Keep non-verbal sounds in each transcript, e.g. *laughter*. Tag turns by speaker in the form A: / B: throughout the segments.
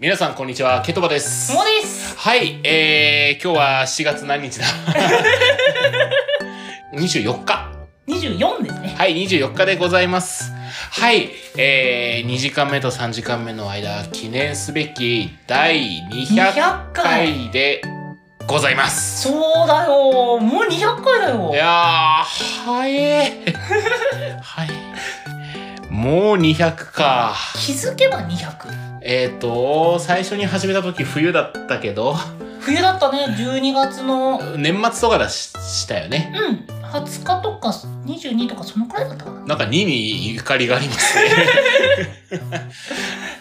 A: 皆さんこんにちはケトバです
B: もです
A: はいえー、今日は4月何日だ *laughs* 24日
B: 24ですね
A: はい24日でございますはいえー、2時間目と3時間目の間記念すべき第200
B: 200
A: 回でございます
B: そうだよもう200回だよ
A: いやー早え *laughs* はいもう200か
B: 気づけば200
A: えっ、ー、と最初に始めた時冬だったけど
B: 冬だったね12月の
A: 年末とかだししたよね
B: うん20日とか22とかそのくらいだったかな
A: なんか2にゆかりがありますね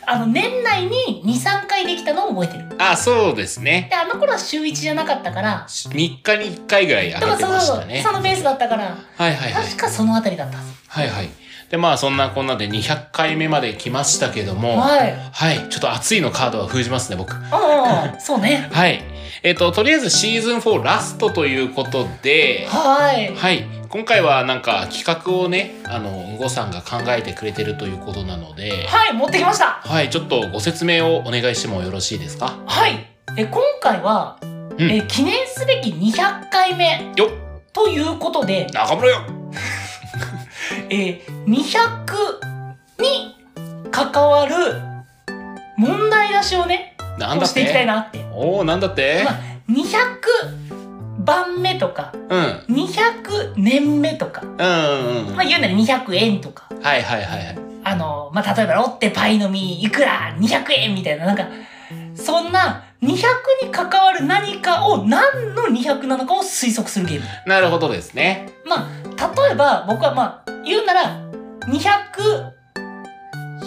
B: *laughs* あの年内に23回できたのを覚えてる
A: あそうですね
B: であの頃は週1じゃなかったから
A: 3日に1回ぐらい上
B: と
A: げ
B: か
A: て
B: そ
A: ま
B: う
A: し
B: そ
A: た
B: う、
A: ね
B: そのペースだったから
A: はいはいはい
B: 確かそのあたりだったはず
A: はいはいでまあそんなこんなで200回目まで来ましたけども
B: はい
A: はいちょっと熱いのカードは封じますね僕
B: ああそうね
A: はいえっ、ととりあえずシーズン4ラストということで
B: はい
A: はい今回はなんか企画をねあのゴさんが考えてくれてるということなので
B: はい持ってきました
A: はいちょっとご説明をお願いしてもよろしいですか
B: はい。え今回は、
A: うん
B: え記念すべき200回目
A: よっ
B: ということで、
A: 中村よ
B: えー200に関わる問題出しをね、
A: なんだっ
B: していきたい
A: て
B: なって。
A: おおなんだって
B: まあ、200番目とか、
A: うんうん
B: 200年目とか、
A: うんうん
B: まあ、言うなら200円とか、
A: はいはいはいはい
B: あの、まあ、例えばロッテパイの実いくら200円みたいな、なんか、そんな200に関わる何かを何の200なのかを推測するゲーム。
A: なるほどですね
B: まあ、例えば僕はまあ、言うなら、200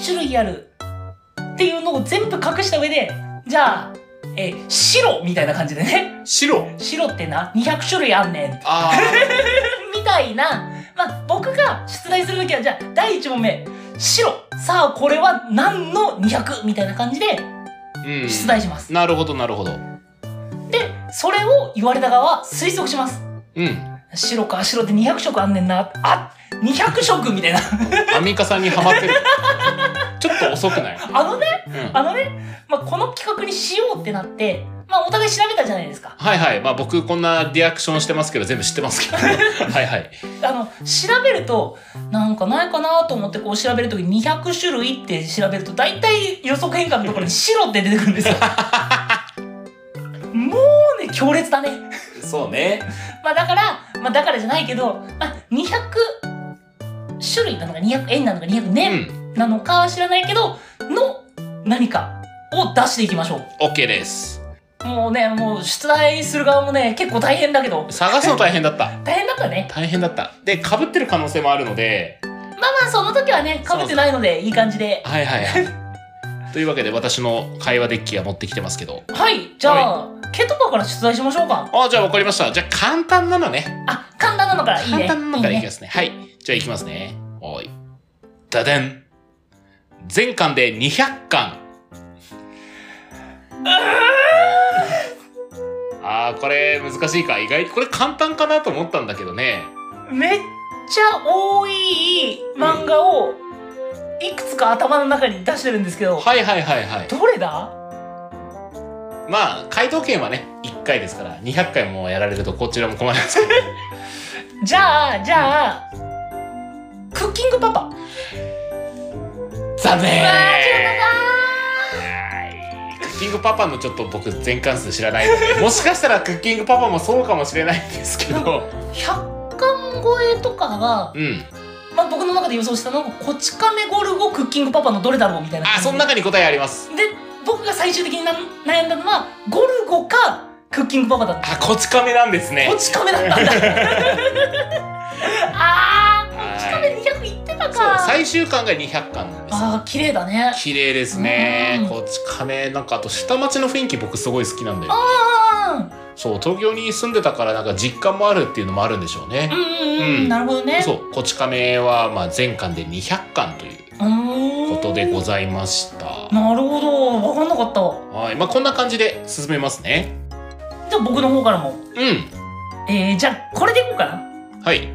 B: 種類あるっていうのを全部隠した上で、じゃあ、えー白みたいな感じでね、
A: 白
B: 白ってな、200種類あんねん。 *laughs*
A: あー
B: みたいな、まあ、僕が出題するときは、じゃあ、第1問目、白。さあ、これは何の200みたいな感じで
A: *laughs* うん
B: 出題します。
A: なるほどなるほど
B: で、それを言われた側は推測します。
A: うん
B: 白か、白って200色あんねんな。あ、200色みたいな。 *laughs*
A: アンミカさんにはまってる *laughs* ちょっと遅くない
B: あのね、
A: うん
B: あのね、まあ、この企画にしようってなって、まあ、お互い調べたじゃないですか。
A: はいはい。まあ僕こんなリアクションしてますけど全部知ってますけ *laughs* ど。はいはい。
B: あの、調べると、なんかないかなと思ってこう調べるときに200種類って調べると、大体予測変換のところに白って出てくるんですよ。
A: *laughs*
B: もうね、強烈だね。
A: そうね。
B: まあ、だから、まあ、だからじゃないけど、まあ、200種類なのか200円なのか200
A: う
B: 年
A: ん。
B: なのかは知らないけど、の何かを出していきましょう。
A: OK です。
B: もうね、もう出題する側もね、結構大変だけど、
A: 探すの大変だった。
B: 大変だったね。
A: 大変だった。で、被ってる可能性もあるので、
B: まあまあ、その時はね、被ってないので、いい感じで。
A: はいはい *laughs* はい。というわけで私の会話デッキが持ってきてますけど。
B: はい、じゃあ、ケトバから出題しましょうか。
A: あ、じゃあ分かりました。じゃあ簡単なのね。
B: あ、簡単なのからいいね。
A: 簡単なのからいき
B: ね
A: ますね。はい。じゃあいきますね。おい。ダデン。全巻で200巻。あーこれ難しいか意外これ簡単かなと思ったんだけどね
B: めっちゃ多い漫画を、いくつか頭の中に出してるんですけど、
A: はいはいはいはい
B: どれだ
A: まあ回答権はね1回ですから200回もやられるとこちらも困り *laughs* ますけど
B: じゃあ、じゃあ、クッキングパパ。
A: 残念
B: うわー違った
A: はいクッキングパパのちょっと僕全関数知らないのでもしかしたらクッキングパパもそうかもしれないんですけど *laughs*
B: なー100巻超えとかが、
A: うん
B: まあ、僕の中で予想したのが「こち亀ゴルゴクッキングパパ」のどれだろうみたいな
A: あその中に答えあります
B: で僕が最終的にな悩んだのはゴルゴかクッキングパパだった
A: あこち亀なんですね
B: こち亀だったん
A: *laughs*
B: だあーこち
A: は
B: 亀
A: い
B: 200いってた
A: そう
B: か
A: 最終巻が200巻なんです
B: あー綺麗
A: *laughs*
B: だね
A: 綺麗ですね
B: うん
A: こち亀なんかあと下町の雰囲気僕すごい好きなんで
B: あ
A: そう東京に住んでたからなんか実感もあるっていうのもあるんでしょうね
B: ーうんうんうん、
A: うん
B: なるほどね
A: そう、こち亀はまあ前巻で200巻という
B: うーん
A: ことでございました。
B: なるほど分かんなかった
A: はい、まあこんな感じで進めますね。
B: じゃあ僕の方からも
A: う、
B: えー、じゃあこれでいこうかなん
A: はい。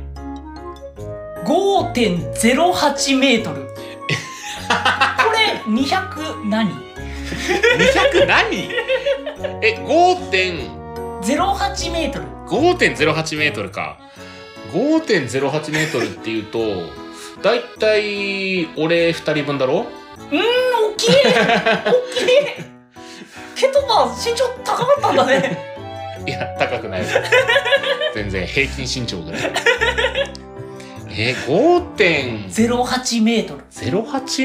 A: *laughs*
B: 5.08メートルこれ200何
A: 200何 *laughs* え5.5.08
B: 08メートル
A: メートルか5.08メートルっていうとだいたい俺2人分だろ
B: 大きい大きいケトバ身長高かったんだ *laughs* ね
A: いや高くない全然平均身長ぐらいえ5.08
B: 08メートル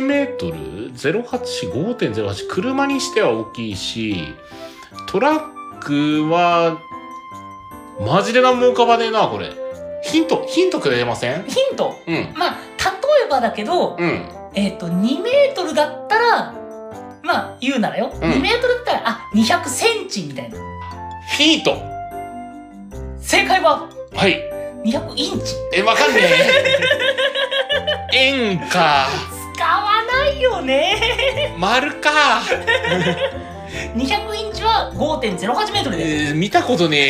A: メートル ?085.08 車にしては大きいしトラックはマジで何も浮かばねえなこれヒントヒントくれません
B: ヒント
A: うん
B: まあ例えばだけど、
A: うん
B: えっ、と2メートルだったらまあ言うならよ、
A: うん
B: 2メートルだったらあ200センチみたいな
A: フィート
B: 正解は
A: はい
B: 200インチ
A: えわかんねえ円か
B: 使わないよね
A: 丸か
B: 200インチは5.08メートルです
A: えー見たことね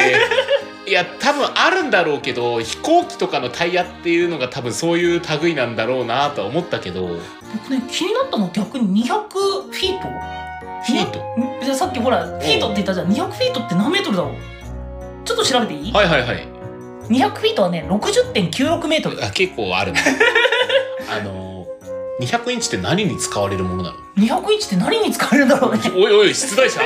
A: えいや多分あるんだろうけど飛行機とかのタイヤっていうのが多分そういう類なんだろうなとは思ったけどフ
B: 僕ね気になったの逆に200フィート
A: ィート
B: んじゃあさっきほらフィートって言ったじゃん200フィートって何メートルだろうちょっと調べていい、
A: はいはいはい
B: 200フィートはね60.96メートル
A: あ結構ある
B: *laughs*
A: ねあの200インチって何に使われるものなの
B: 200インチって何に使われるんだろうね
A: おいおい出題者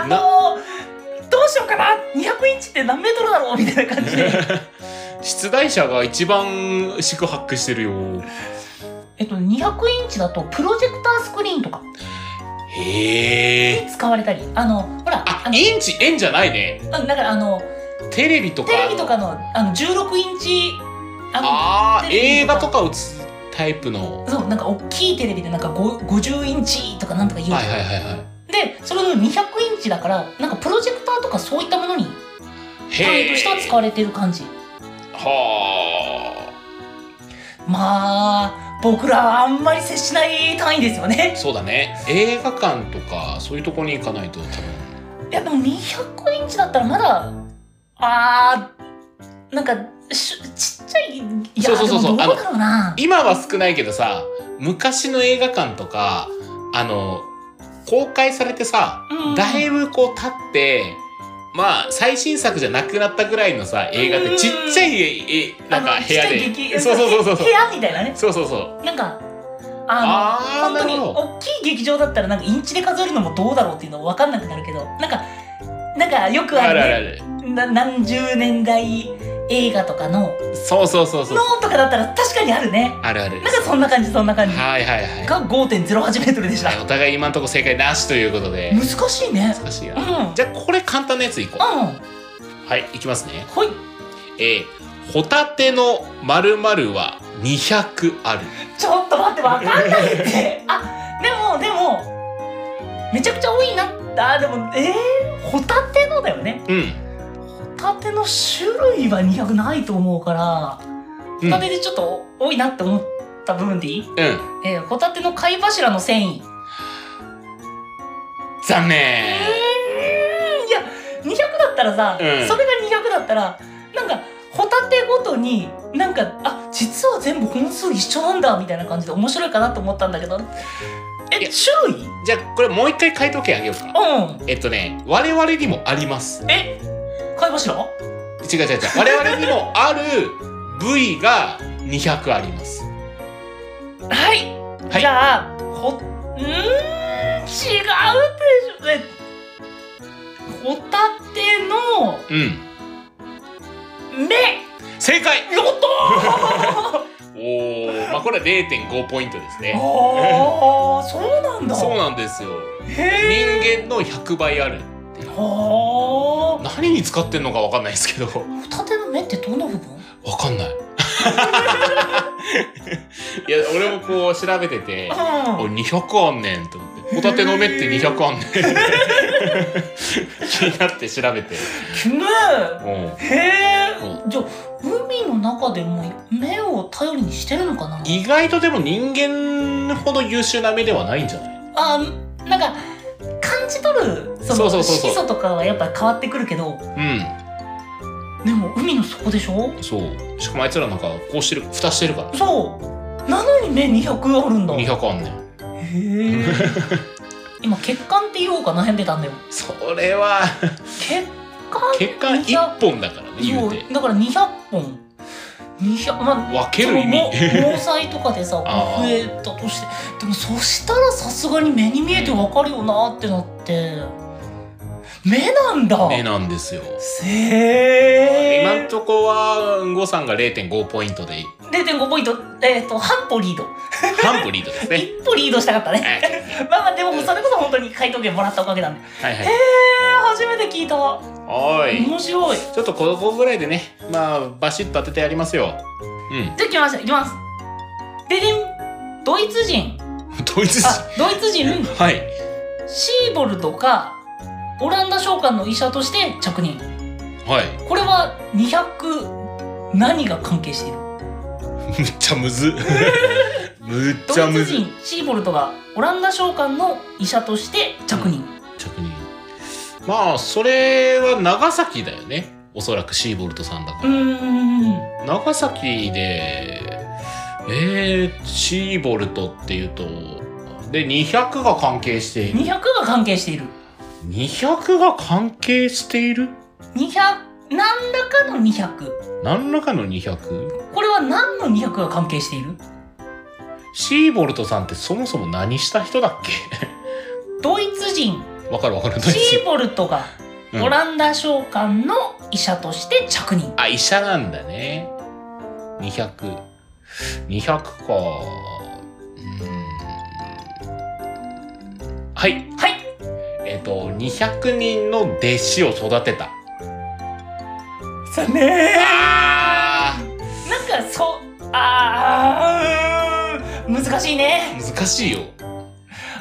B: あー
A: な
B: もうどうしようかな200インチって何メートルだろうみたいな感じで
A: 出題者が一番四苦八苦してるよ
B: *laughs* えっと200インチだとプロジェクタースクリーンとか
A: へえ
B: に使われたりあのほら
A: あ
B: あの
A: インチ円じゃないね
B: あだからあの
A: テレビとか
B: テレビとかのあの16インチあ
A: ああー
B: テレ
A: 映
B: ビとか
A: 画とか映すタイプの
B: のそうなんか大きいテレビでなんか5 50インチとかなんとか言う、
A: はいはいはいはい
B: でそれの200インチだからなんかプロジェクターとかそういったものに単位としては使われてる感じ
A: は
B: まあ僕らはあんまり接しない単位ですよ
A: あ
B: ね
A: そうだね映画館とかそういうとこに行かないと多分
B: いやでも200インチだったらまだあーなんかしちっちゃいいや
A: そうそうそうそう
B: でもどうだろうな
A: 今は少ないけどさ昔の映画館とかあの公開されてさ
B: うん
A: だいぶこう経ってまあ最新作じゃなくなったぐらいのさ映画ってちっちゃいええなん
B: あ
A: か
B: の
A: 部屋
B: ちっちゃい
A: で
B: 劇
A: そうそうそうそう
B: 部屋みたいなね
A: そうそうそう
B: なんかあの
A: ああ
B: 本
A: な
B: 当
A: る
B: に
A: ほど
B: 大きい劇場だったらなんかインチで数えるのもどうだろうっていうの分かんなくなるけどなんかなんかよくあ
A: あ
B: る、
A: る
B: ね、
A: あるある
B: な何十年代映画とかの
A: そうそうそうそう
B: のとかだったら確かにあるね
A: あるある
B: なんかそんな感じそんな感じが
A: はいはいはい
B: 5.08メートルでした
A: はいお互い今のところ正解なしということで
B: 難しいね
A: 難しいな
B: うんうん
A: じゃあこれ簡単なやついこう
B: ほ
A: はい、いきますね。
B: い
A: えー、ホタテの〇〇は200ある。
B: ちょっと待ってわかんないってあでもでもめちゃくちゃ多いなあでもえー、ホタテのだよね
A: うん。
B: ホタテの種類は200ないと思うから
A: う
B: ホ
A: ん。
B: タテでちょっと多いなって思った部分でいい、
A: うん、
B: えーホタテの貝柱の繊維
A: 残念。
B: いや200だったらさ、
A: うん
B: それが200だったらなんかホタテごとになんかあ実は全部本数一緒なんだみたいな感じで面白いかなと思ったんだけど
A: い
B: え
A: や
B: 種類
A: じゃあこれもう一回回答権あげようか。
B: うん
A: えっとね、我々にもあります。
B: え貝柱
A: 違う違う違う。我々にもある部位が200あります。
B: はい、
A: はい
B: じゃあほんーん違うでしょえホタテの
A: うん。
B: 目
A: 正解
B: よっ
A: *laughs*
B: と
A: おー、まあこれは0.5ポイントです
B: ー
A: ね。
B: あーそうなんだ
A: そうなんですよ。人
B: へえ
A: 間の100倍ある。
B: はあ
A: 何に使ってんのかわかんないですけど。
B: ホタテの目ってどの部分
A: わかんない。 *laughs* いや、俺もこう調べてて、
B: う
A: 俺200あんねんと思って、ホタテの目って200あんねん。気になって調べて。
B: キムへ
A: うん
B: え
A: う
B: じゃあ海の中でも目を頼りにしてるのかな
A: 意外とでも人間ほど優秀な目ではないんじゃない
B: あなんか感じ取るそ
A: そう
B: の
A: そうそうそう
B: 色素とかはやっぱ変わってくるけどでも海の底でしょ
A: うん、そう。しかもあいつらなんかこうしてる、蓋してるから。
B: そうなのに目200あるんだへ
A: 200あんねん。 *laughs*
B: へえ今血管って言おうか悩んでたんだよ
A: それは
B: 血
A: 血管一本だからね言うて
B: そうだから200本200まあ
A: 分ける意味
B: その毛毛細とかでさ
A: あー
B: 増えたとしてでもそしたらさすがに目に見えてわかるよなってなって目なんだ
A: 目なんですよ
B: へえ
A: 今んとこは誤さんが0.5ポイントで
B: 0.5ポイントえっ、と半歩リード
A: 半歩リードですね
B: 一歩リードしたかったね
A: はい
B: まあまあでもそれこそ本当に回答権もらったおかげなんでへ
A: はいはい
B: え初めて聞いた
A: おーい
B: 面白い
A: ちょっとここぐらいでねまあバシッと当ててやりますようん *laughs*
B: じゃあ来ましたいきますででんドイツ人
A: ドイツ人
B: あドイツ人
A: はい
B: シーボルトかオランダ商館の医者として着任
A: はい *laughs*
B: これは200何が関係している
A: むっちゃむず *laughs* むっ
B: ド
A: ちゃ
B: イ
A: む
B: ツ
A: ず
B: 人シーボルトがオランダ商館の医者として着任、
A: 着任まあそれは長崎だよねおそらくシーボルトさんだか
B: う
A: ら、
B: ーん
A: 長崎でえー、シーボルトっていうとで200が関係している
B: 200が関係している
A: 200が関係している
B: 200何らかの200
A: 何らかの 200?
B: これは何の200が関係している
A: シーボルトさんってそもそも何した人だっけ *laughs*
B: ドイツ人
A: わかるわかるドイツ
B: シーボルトが
A: うん
B: オランダ商館の医者として着任、
A: あ、医者なんだね。200。200か。うーんはい。
B: はい
A: えっ、と、200人の弟子を育てた。
B: 残念
A: あ
B: なんかそうあーうーん難しいね
A: ー難しいよ。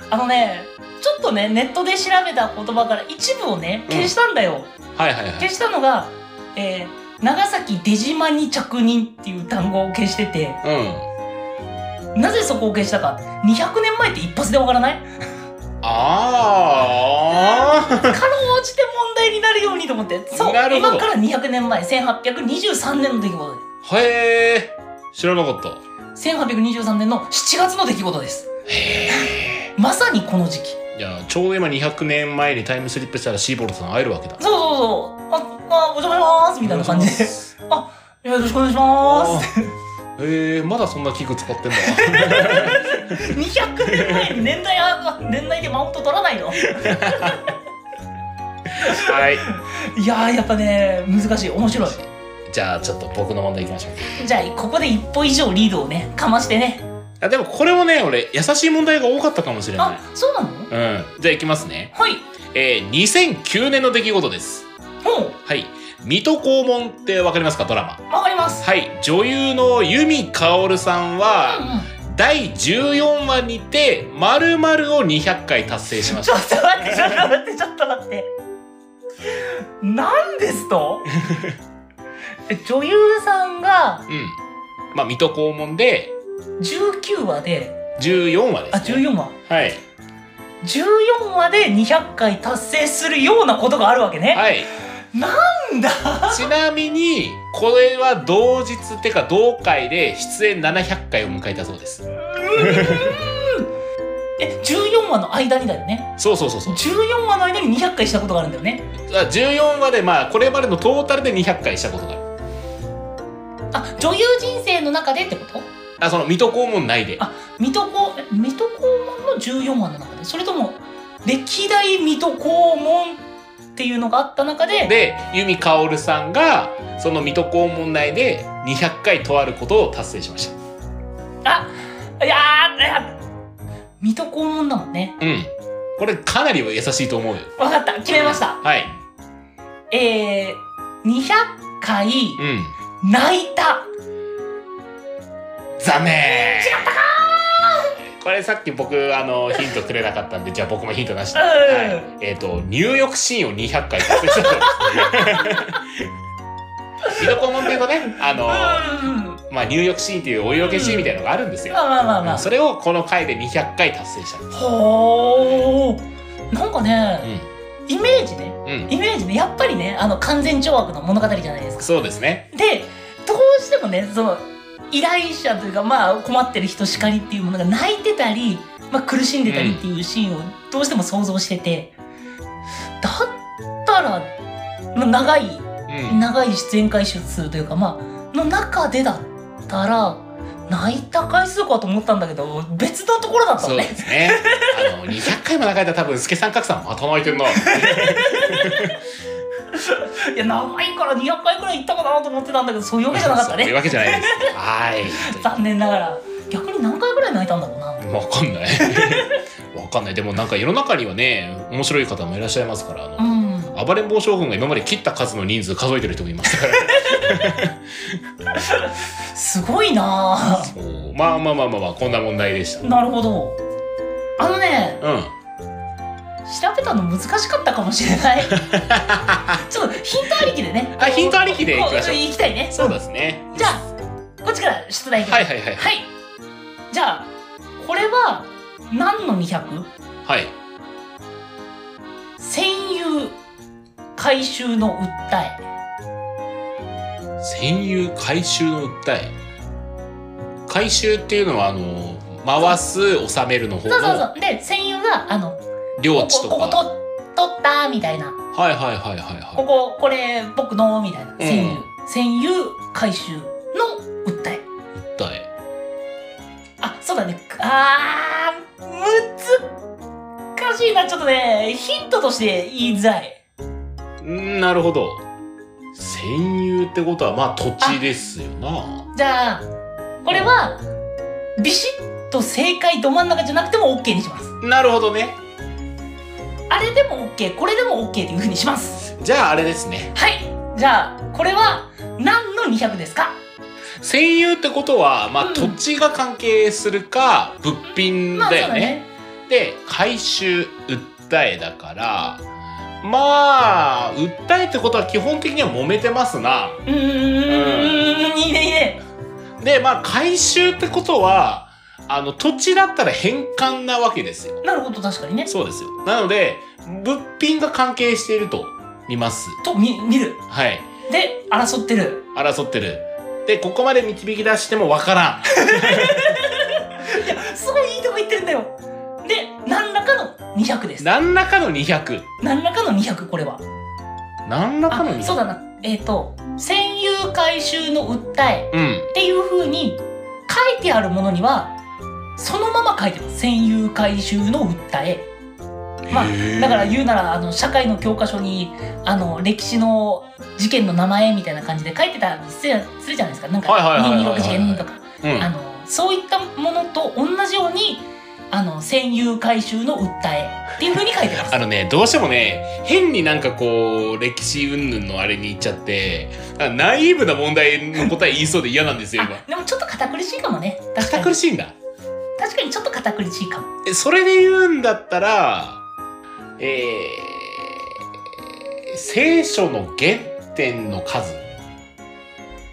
B: あのねちょっとねネットで調べた言葉から一部をね消したんだよ、
A: はいはいはい
B: 消。したのが、えー長崎出島に着任っていう単語を消してて
A: うん。
B: なぜそこを消したか200年前って一発でわから
A: *laughs*
B: ないか
A: あー。
B: ろうじて問題になるようにと思ってそう
A: なるほど
B: 今から200年前1823年の出来事です
A: へえ。知らなかった。
B: 1823年の7月の出来事です
A: へ
B: まさにこの時期
A: え。じゃあ、ちょうど今200年前にタイムスリップしたらシーボルトさん会えるわけだ。
B: そうそうそうああお邪魔しますみたいな感じで
A: す。
B: よろしくお願いします
A: えー、まだそんな器具使ってんだ。
B: 200年前に年代あ年代でマウント取らないの
A: はい。
B: いやーやっぱね難しい面白い
A: じゃあちょっと僕の問題いきましょう
B: じゃあここで一歩以上リードをねかましてね
A: あでもこれもね俺優しい問題が多かったかもしれない
B: あそうなの
A: うんじゃあいきますね
B: はい
A: えー、2009年の出来事です
B: も
A: はい水戸黄門ってわかりますかドラマ
B: うわかります
A: はい女優の由美かおるさん
B: うん
A: は
B: うん
A: 第14話にて〇〇を200回達成しまし
B: ちょっと待ってちょっと待ってちょっと待って何です *laughs* とえ女優さんが
A: たうんまあ水戸黄門で
B: 19話で
A: 14話で
B: あ
A: す、ね、
B: 14話
A: はい
B: 14話で200回達成するようなことがあるわけね。
A: はい
B: なんだ
A: ちなみにこれは同日ってか同回で出演700回を迎えたそうです
B: え14話の間にだよね
A: そうそうそうそう
B: 14話の間に200回したことがあるんだよね
A: あ14話でまあこれまでのトータルで200回したことがある
B: あ女優人生の中でってこと
A: あその水戸黄門内で
B: あ水戸黄え水戸黄門の14話の中でそれとも歴代水戸黄門っていうのがあった中で
A: で由美かおるさんがその水戸黄門内で200回とあることを達成しまし
B: あいやーいや水戸黄門だもんね
A: たうんこれかなり優しいと思うよ
B: わかった決めました
A: はい
B: えー、200回
A: うん
B: 泣いた
A: 残念違ったかこれさっき僕あのヒントくれなかったんでじゃあ僕もヒントなしで、
B: うん
A: はい、えっ、と入浴シーンを200回達成したそう
B: *laughs*
A: です水戸黄門っていうとねあの
B: うん
A: まあ、入浴シーンっていうお色気シーンみたいなのがあるんですよ、
B: まあまあまあまあ
A: それをこの回で200回達成したう
B: ほーなんかね、
A: ん
B: イメージね
A: うん
B: イメージねやっぱりねあの完全懲悪の物語じゃないですか
A: そうですね
B: でどうしてもねその依頼者というかまあ困ってる人しかりっていうものが泣いてたりまあ、苦しんでたりっていうシーンをどうしても想像してて、だったら、まあ長い
A: うん
B: 長い全回収数というかまあの中でだったら泣いた回数かと思ったんだけど別のところだった
A: そ
B: の
A: うで
B: ね
A: すね。あの、200回も長いたら多分、助さん格さんまた泣いて
B: *laughs*
A: んな。
B: いや長いから200回くらい行ったかなと思ってたんだけどそういうわけじゃなかった
A: そういう
B: ね
A: わけじゃないです。は。
B: 残念ながら逆に何回くらい泣いたんだろうない
A: わかんない。 *laughs* わかんない。でもなんか世の中にはね、面白い方もいらっしゃいますから、あの
B: う、ん
A: 暴れん坊将軍が今まで切った数の人数数えてる人もいますから
B: *laughs* すごいなあ
A: そうまあまあまあまあまあこんな問題でした
B: なるほどあのね
A: うん
B: 調べたの難しかったかもしれ
A: *laughs*
B: ないちょっとヒントありきでね
A: あヒントありきでいきましょう
B: 行きたいね
A: そうですね
B: じゃあこっちから出題いきます
A: はいはいはい
B: はい。じゃあ、これは何の 200?
A: はい
B: 戦友回収の訴え。
A: 戦友回収の訴え回収っていうのはあの回す収めるの方
B: そうそう
A: の
B: そう。で、戦友が、あの、
A: 領
B: こ
A: 地
B: ことここ
A: か
B: と取ったみたいな。
A: はいはいはいはい
B: こ
A: は
B: こ、これ僕のみたいな。戦友。
A: うん
B: 戦友回収の訴え。
A: い訴え
B: あ、そうだね。あー、難しいな。ちょっとね、ヒントとして言いづらい。
A: うんなるほど戦友ってことはまあ土地ですよな
B: じゃあ、これは、ビシッと正解ど真ん中じゃなくても OK にします。
A: なるほどね
B: あれでも OK これでも OK っていう風にします
A: じゃああれですね
B: はいじゃあこれは何の200ですか
A: 占有ってことは、まあ、
B: うん
A: 土地が関係するか物品だよね。で回収訴えだからまあ訴えってことは基本的には揉めてますな。
B: そうだねうーんいいねいいね
A: でまあ回収ってことはあの土地だったら返還なわけですよ。
B: なるほど確かにね
A: そうですよ。なので物品が関係していると見ます。
B: と見見る
A: はい
B: で争ってる
A: 争ってる。でここまで導き出してもわからん。
B: いやすごいいいとこ行ってるんだよで何らかの200です
A: 何らかの200。
B: 何らかの200これは
A: 何らかの
B: あ
A: 200。
B: そうだなえっ、と「占有回収の訴え」
A: うん。
B: っていう風に書いてあるものにはそのまま書いてます占有回収の訴えまあ
A: へー
B: だから言うならあの社会の教科書にあの歴史の事件の名前みたいな感じで書いてたりするするじゃないですかなんか
A: はいはいはいはいはい
B: 226事件とか
A: うん
B: あのそういったものと同じようにあの占有回収の訴えっていうふうに書いてます。
A: あのね、どうしてもね、変になんかこう、歴史云々のあれに行っちゃって、あナイーブな問題の答え言いそうで嫌なんですよ、今
B: あ。でもちょっと堅苦しいかもね確か
A: 堅
B: に
A: 苦しいんだ。
B: 確かにちょっと堅苦しいかも
A: えそれで言うんだったら、えー、聖書の原点の数。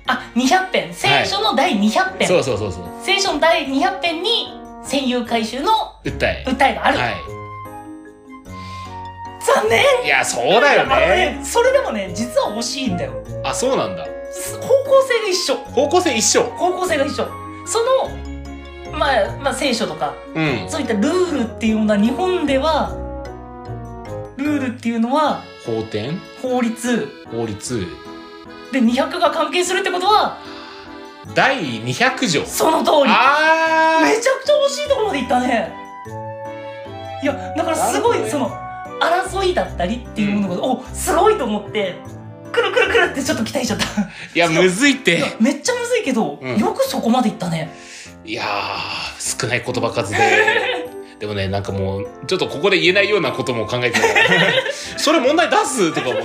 B: あ200編聖書の第200編、
A: そうそうそうそう。
B: 聖書の第200編に占有回収の
A: 訴え。
B: 訴えがある、
A: は
B: 残念
A: い。いや、そうだよ
B: あの
A: ね。
B: それでもね実は惜しいんだよ
A: あ、そうなんだ。
B: す方向性が一緒
A: 方向性一緒。
B: 方向性が一緒そのまあまあ聖書とか
A: うん。
B: そういったルールっていうのは日本ではルールっていうのは
A: 法典
B: 法律
A: 法律
B: で200が関係するってことは
A: 第200条。
B: その通り
A: あ
B: めちゃくちゃ惜しいところまでいったねいやだからすごい、
A: なる
B: そ
A: ほど
B: の争いだったりっていうものが、おすごいと思ってくるくるくるってちょっと期待しちゃった
A: ーいや、むずいっ
B: い
A: て
B: や。めっちゃむずいけど、
A: うん
B: よくそこまでいったね
A: いやー、少ない言葉数で。でもね、なんかもう、ちょっとここで言えないようなことも考えてた
B: *laughs*
A: から。それ問題出すとかも。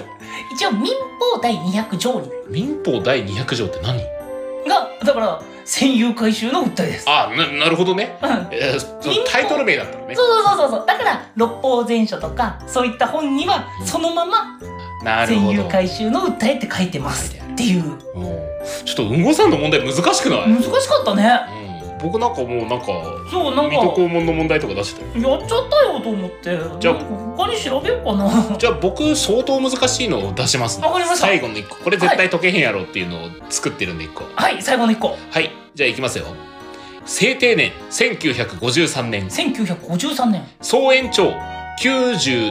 B: 一応民法第200条に
A: 民法第200条って何
B: がだから占有回収の訴えです、
A: あな、なるほどね。
B: うん、そう
A: えーそ
B: 民
A: の
B: 法
A: タイトル名だったのね。
B: *laughs* そうそうそうそうだから六法全書とかそういった本にはそのまま
A: なる
B: 占
A: ほど
B: 有。回収の訴えって書いてますっていう
A: もうちょっと、うんごさんの問題難しくない、う
B: 難しかったね
A: ん、僕なんかもう、なんか、
B: そうなんか
A: 水戸
B: や
A: 黄門の問題とか出してたよ
B: っちゃったよと思って
A: じゃあ
B: なんか他に調べようかな *laughs* は
A: じゃあ僕、相当難しいのを出しますね
B: わかりました
A: 最後の一個。これ絶対解けへんやろっていうのを作ってるんで一個。
B: い最後の一個
A: はい、じゃあ行きますよ。制定年1953年
B: 1953年
A: 総延長 91.2km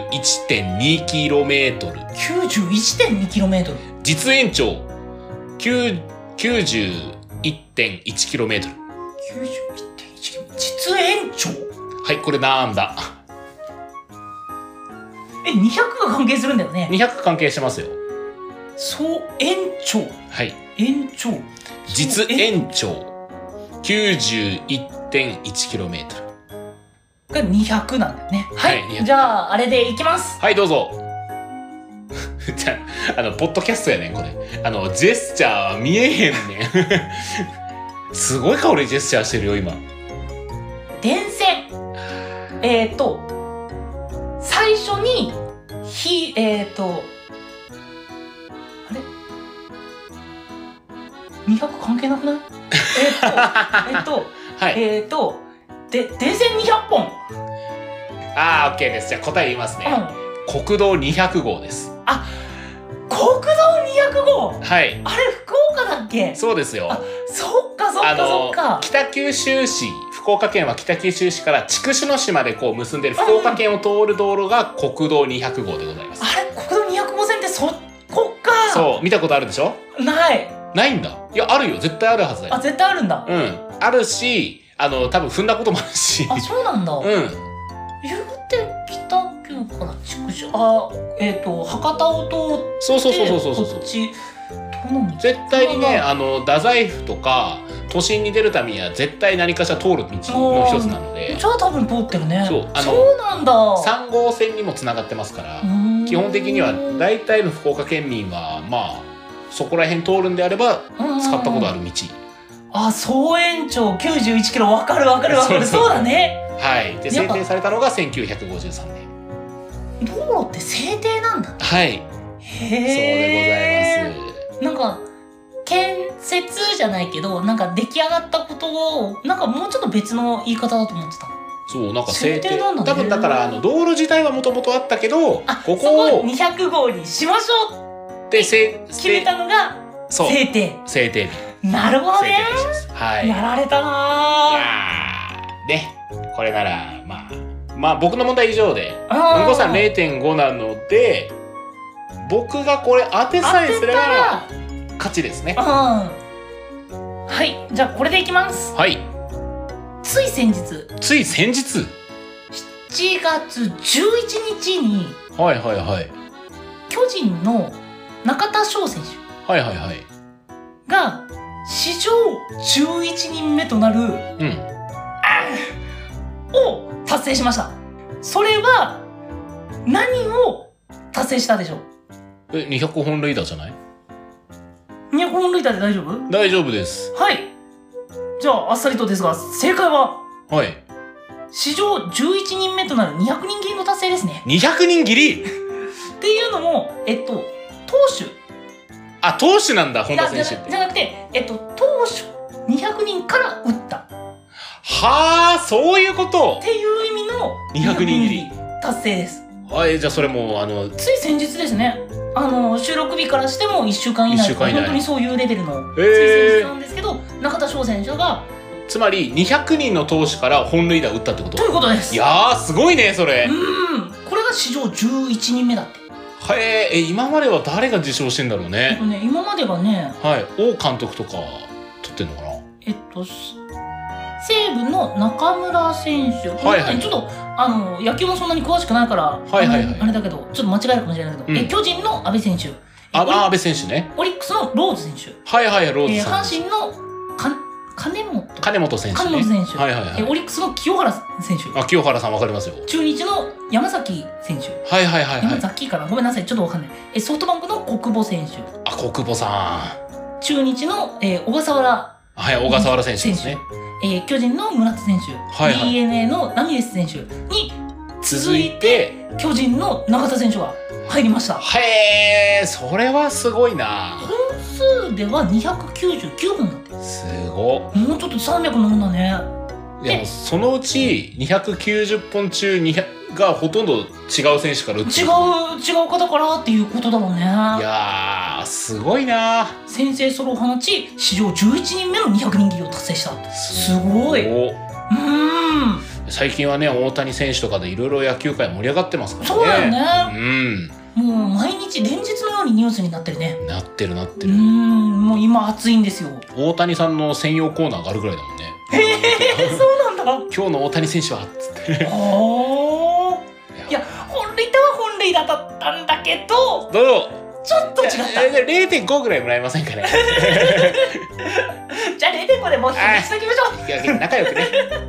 B: 91.2km
A: 実延長 91.1km
B: 91.1km 実延長
A: はいこれなんだ
B: え200が関係するんだよね
A: 200関係してますよ
B: 総延長
A: はい
B: 延長
A: 実
B: 総延
A: 延長 91.1km
B: が200なんだよねはい、
A: はい200
B: じゃああれでいきます
A: はいどうぞ *laughs* じゃああのポッドキャストやねんこれあのジェスチャーは見えへんねん *laughs* すごい香りジェスチャーしてるよ今
B: 電線えっ、ー、と最初にひえっ、ー、とあれ200関係なくないえ
A: *laughs*
B: っ、ー、と
A: はい
B: えっ、ー、とえっ、ー、とで電線200本、
A: あー OK ですじゃあ答え言いますね、
B: うん、
A: 国道200号です
B: 国道200号
A: はい
B: あれ福岡だっけ
A: そうですよ
B: あそっかそっ
A: あ
B: かそっ
A: の
B: か
A: 北九州市福岡県は北九州市から筑紫野市までこう結んでる福岡県を通る道路が国道200号でございます
B: あれ国道200号線ってそこっか
A: そう見たことあるでしょ
B: ない
A: ないんだいやあるよ絶対あるはずだよ
B: あ絶対あるんだ、
A: うんあるしあの多分踏んだこともあるし
B: あそうなんだ、
A: うん
B: 言うて北九から筑紫あえっ、と博多を通って
A: そうそうそうそうそうそう
B: こっちどの道
A: 絶対にね
B: ま
A: あの太宰府とか都心に出るためには絶対何かしら通る道の一つなので
B: じゃあ多分通ってるね
A: そうあの
B: そうなんだ
A: 3号線にもつながってますから
B: うーん
A: 基本的には大体の福岡県民はまあそこら辺通るんであれば使ったことあ
B: る
A: る道
B: あ総延長9 1キロわかるわかるわかる
A: そうそう
B: そうだね
A: はいで
B: やっ
A: 制
B: ぱ
A: 定されたのが1953年
B: 道路って制定なんだ
A: はいそう
B: へえ
A: でございます
B: なんか建設じゃないけどなんか出来上がったことをなんかもうちょっと別の言い方だと思ってた
A: そうなんか制定
B: 制定なんだね
A: 多分だからあの道路自体はもともとあったけど
B: あ
A: こ
B: そこ
A: こ
B: を
A: を
B: 200号にしましょう
A: で制
B: 決めたのが
A: そう
B: 制定
A: 制定日
B: なるほど
A: 制定
B: ね
A: 日ですはいい
B: や
A: や
B: られたな
A: ーねこれならまあまあ僕の問題以上で
B: ぁ
A: うんこさん0.5なので僕がこれ当てさえすれば勝ちですね
B: うんはいじゃあこれでいきます
A: はい
B: つい先日
A: つい先日
B: 7月11日に
A: はいはいはい
B: 巨人の中田翔選手
A: はいはいはい
B: が史上11人目となる
A: うん
B: を達成しましたそれは何を達成したでしょう
A: え200本塁打じゃない
B: 200本塁打で大丈夫
A: 大丈夫です
B: はいじゃああっさりとですが正解は
A: はい
B: 史上11人目となる200人切りの達成ですね
A: 200人切り
B: っていうのもえっと投手
A: あ投手なんだ本田
B: だじゃ
A: 選手って
B: じゃなくてえっと投手200人から打ったっ
A: はあそういうこと
B: ていう意味の
A: 200人切り
B: 達成です
A: はいじゃあそれもうあの
B: つい先日ですねあの収録日からしても1週間以
A: 一
B: 内
A: 週間以内
B: 本当にそういうレベルの
A: へー
B: つい先日なんですけど、中田翔選手が
A: つまり200人の投手から本塁打打ったってこと
B: ということです
A: いやーすごいねそれ
B: うーんこれが史上11人目だって、
A: はいえ今までは誰が受賞してんだろう
B: えっ
A: ね
B: とね、今まではね
A: はい王監督とか取ってんのかな
B: えっとす西武の中村選手、
A: はいはい
B: ちょっとあの野球もそんなに詳しくないから、
A: はいはいはい
B: あのあれだけどちょっと間違えるかもしれないけど、
A: うん
B: え巨人の阿部選手
A: ああ
B: オ
A: 安部選手ね
B: リオリックスのローズ選手、
A: はいはいロー
B: え
A: ズ
B: ー
A: さ
B: 阪
A: ん、
B: 神のか金本
A: 金本選手ね
B: 金本選手
A: はいはい
B: え
A: はい
B: オリックスの清原選手
A: あ清原さんわかりますよ
B: 中日の山崎選手、
A: はいはいはいは
B: 山
A: い
B: 崎かなごめんなさいちょっとわかんないえソフトバンクの小久保選手
A: あ小久保さ
B: 中日の、えー小笠原、
A: んはい小笠原選手ですね
B: えー巨人の村田選手、
A: はいはい
B: d n a のラミレス選手に続いて巨人の中田選手が入りました
A: へえそれはすごいな
B: 本数では299本だって
A: すごっ
B: もうちょっと300のもんだね
A: いやもうそのうち290本中200がほとんど違う選手から打って
B: 違
A: る
B: う違う方からっていうことだろうね
A: いやーあすごいな
B: 先制ソロを放ち史上11人目の200人切りを達成したすごいう
A: お
B: ーん
A: 最近はね大谷選手とかでいろいろ野球界盛り上がってますからね
B: そうだよね
A: うん
B: もう毎日連日のようにニュースになってるね
A: なってるなっ
B: う
A: て
B: ー
A: る、
B: んもう今暑いんですよ
A: 大谷さんの専用コーナーがあるぐらいだもんね
B: えそうなんだ
A: 今日の大谷選手はっつって
B: おーいや本塁打は本塁打だったんだけ
A: ど
B: ど
A: う
B: ちょっと違った
A: え0.5ぐらいもらえませんかね
B: じゃあ0.5でもう引きしておきましょ
A: いや仲良くね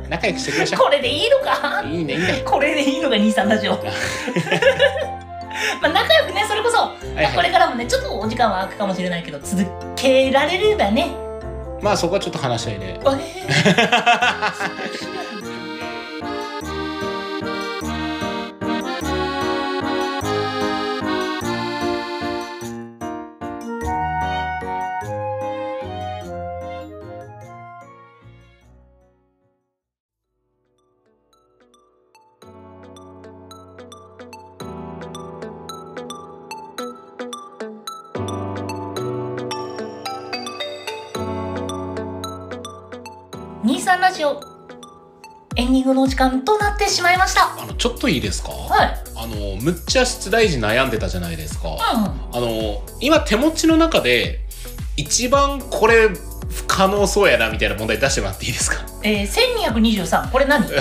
A: 仲良くしていきまし
B: う
A: ょ
B: これでいいのか
A: ういいねいいね
B: これでいいのが兄さん
A: *laughs*
B: ラジオまあ仲良くねそれこそ、
A: はいはい
B: これからもねちょっとお時間は空くかもしれないけど続けられればね
A: まあそこはちょっと話し合いで
B: わ
A: *laughs*
B: えー兄さんラジオエンディングのお時間となってしまいました
A: あのちょっといいですか
B: はい
A: あのむっちゃ出題時悩んでたじゃないですか
B: うん
A: あの今手持ちの中で一番これ不可能そうやなみたいな問題出してもらっていいです *laughs* かわ
B: えー、1223これ
A: *laughs*
B: 何
A: かんね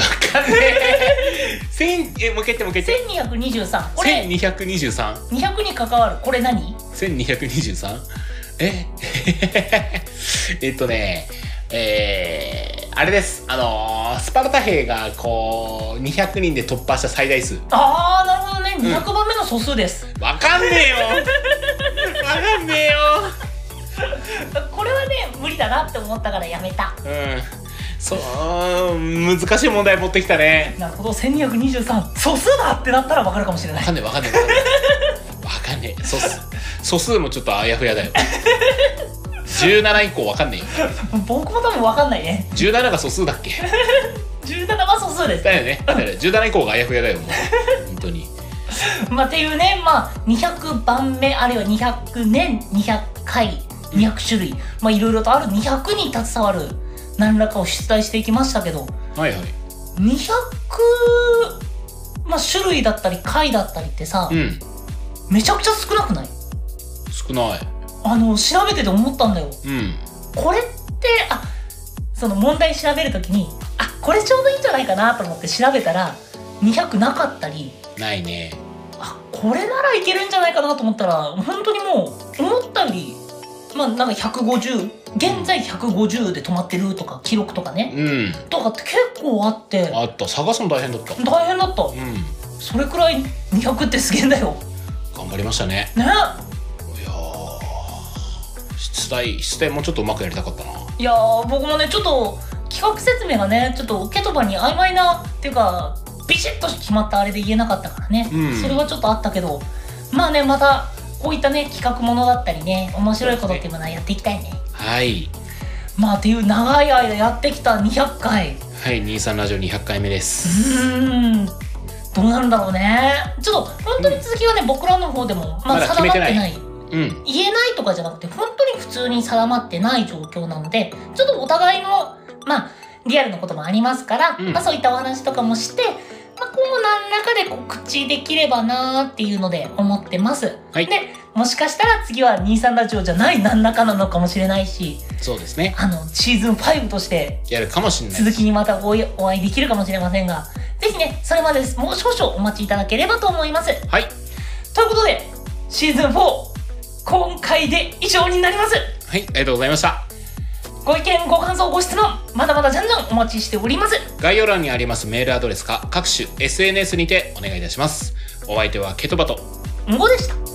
A: え千えもう一回言ってもう一回言って
B: 1223これ
A: 1223
B: 200に関わるこれ何
A: 1223え *laughs* えっとねえーあれですあのースパルタ兵がこう200人で突破した最大数
B: ああなるほどね
A: うん
B: 200番目の素数です、
A: わかんね *laughs* えよわかんね
B: これはね無理だなって思ったからやめた
A: えようんそう難しい問題持ってきたね
B: なるほど1223素数だってなったら分かるかもしれな
A: わ
B: い *laughs*
A: かんねえわかんねえわかんねえわかんねえ素数素数もちょっとあやふやだよ17以降わかんねえよ
B: 僕も多分分かんないね
A: 17が素数だっけ
B: 17は素数です
A: だよねだよね17以降があやふやだよもう本当に
B: まあっていうねまあ200番目あるいは200年200回200種類まあいろいろとある200に携わる何らかを出題していきましたけど
A: はいはい
B: 200まあ種類だったり回だったりってさ、
A: うん
B: めちゃくちゃ少なくない
A: 少ない
B: あの調べてて思ったんだよ
A: うん
B: これってあその問題調べるときにあこれちょうどいいんじゃないかなと思って調べたら200なかったり
A: ないね
B: あこれならいけるんじゃないかなと思ったら本当にもう思ったよりまあなんか150現在150で止まってるとか記録とかね
A: うん
B: とかって結構あって
A: あった探すの大変だったうん
B: 大変だったそれくらい200ってすげえんだよ
A: 頑張りましたね
B: ね
A: いやー出題出題もうちょっとうまくやりたかったない
B: やー僕もねちょっと企画説明がねちょっとケトバに曖昧なっていうかビシッと決まったあれで言えなかったからね、
A: うん
B: それはちょっとあったけどまあねまたこういったね企画ものだったりね面白いことっていうものはやっていきたいね
A: はい
B: まあっていう長い間やってきた200回う
A: はい23ラジオ200回目です
B: ーんどうなるんだろうねちょっと本当に続きはね、僕らの方でも、
A: ま
B: まあ、
A: だ
B: 定
A: 決
B: ま
A: め
B: ってて
A: ない
B: ない
A: うん
B: 言えないとかじゃなくて本当に普通に定まってない状況なのでちょっとお互いのまあリアルのこともありますから、
A: うん
B: まあ、そういったお話とかもして、まあ、今後何らかで告知できればなーっていうので思ってます。
A: はい
B: でもしかしたら次は23ラジオじゃない何らかなのかもしれないし
A: そうですね
B: あのシーズン5として
A: やるかもしれない
B: 続きにまたお会いお会いできるかもしれませんがぜひねそれまでですもう少々お待ちいただければと思います。
A: はい
B: ということでシーズン4今回で以上になります
A: はい、ありがとうございました。
B: ご意見ご感想ご質問まだまだじゃんじゃんお待ちしております
A: 概要欄にありますメールアドレスか各種 SNS にてお願いいたします。お相手はケトバと
B: んごでした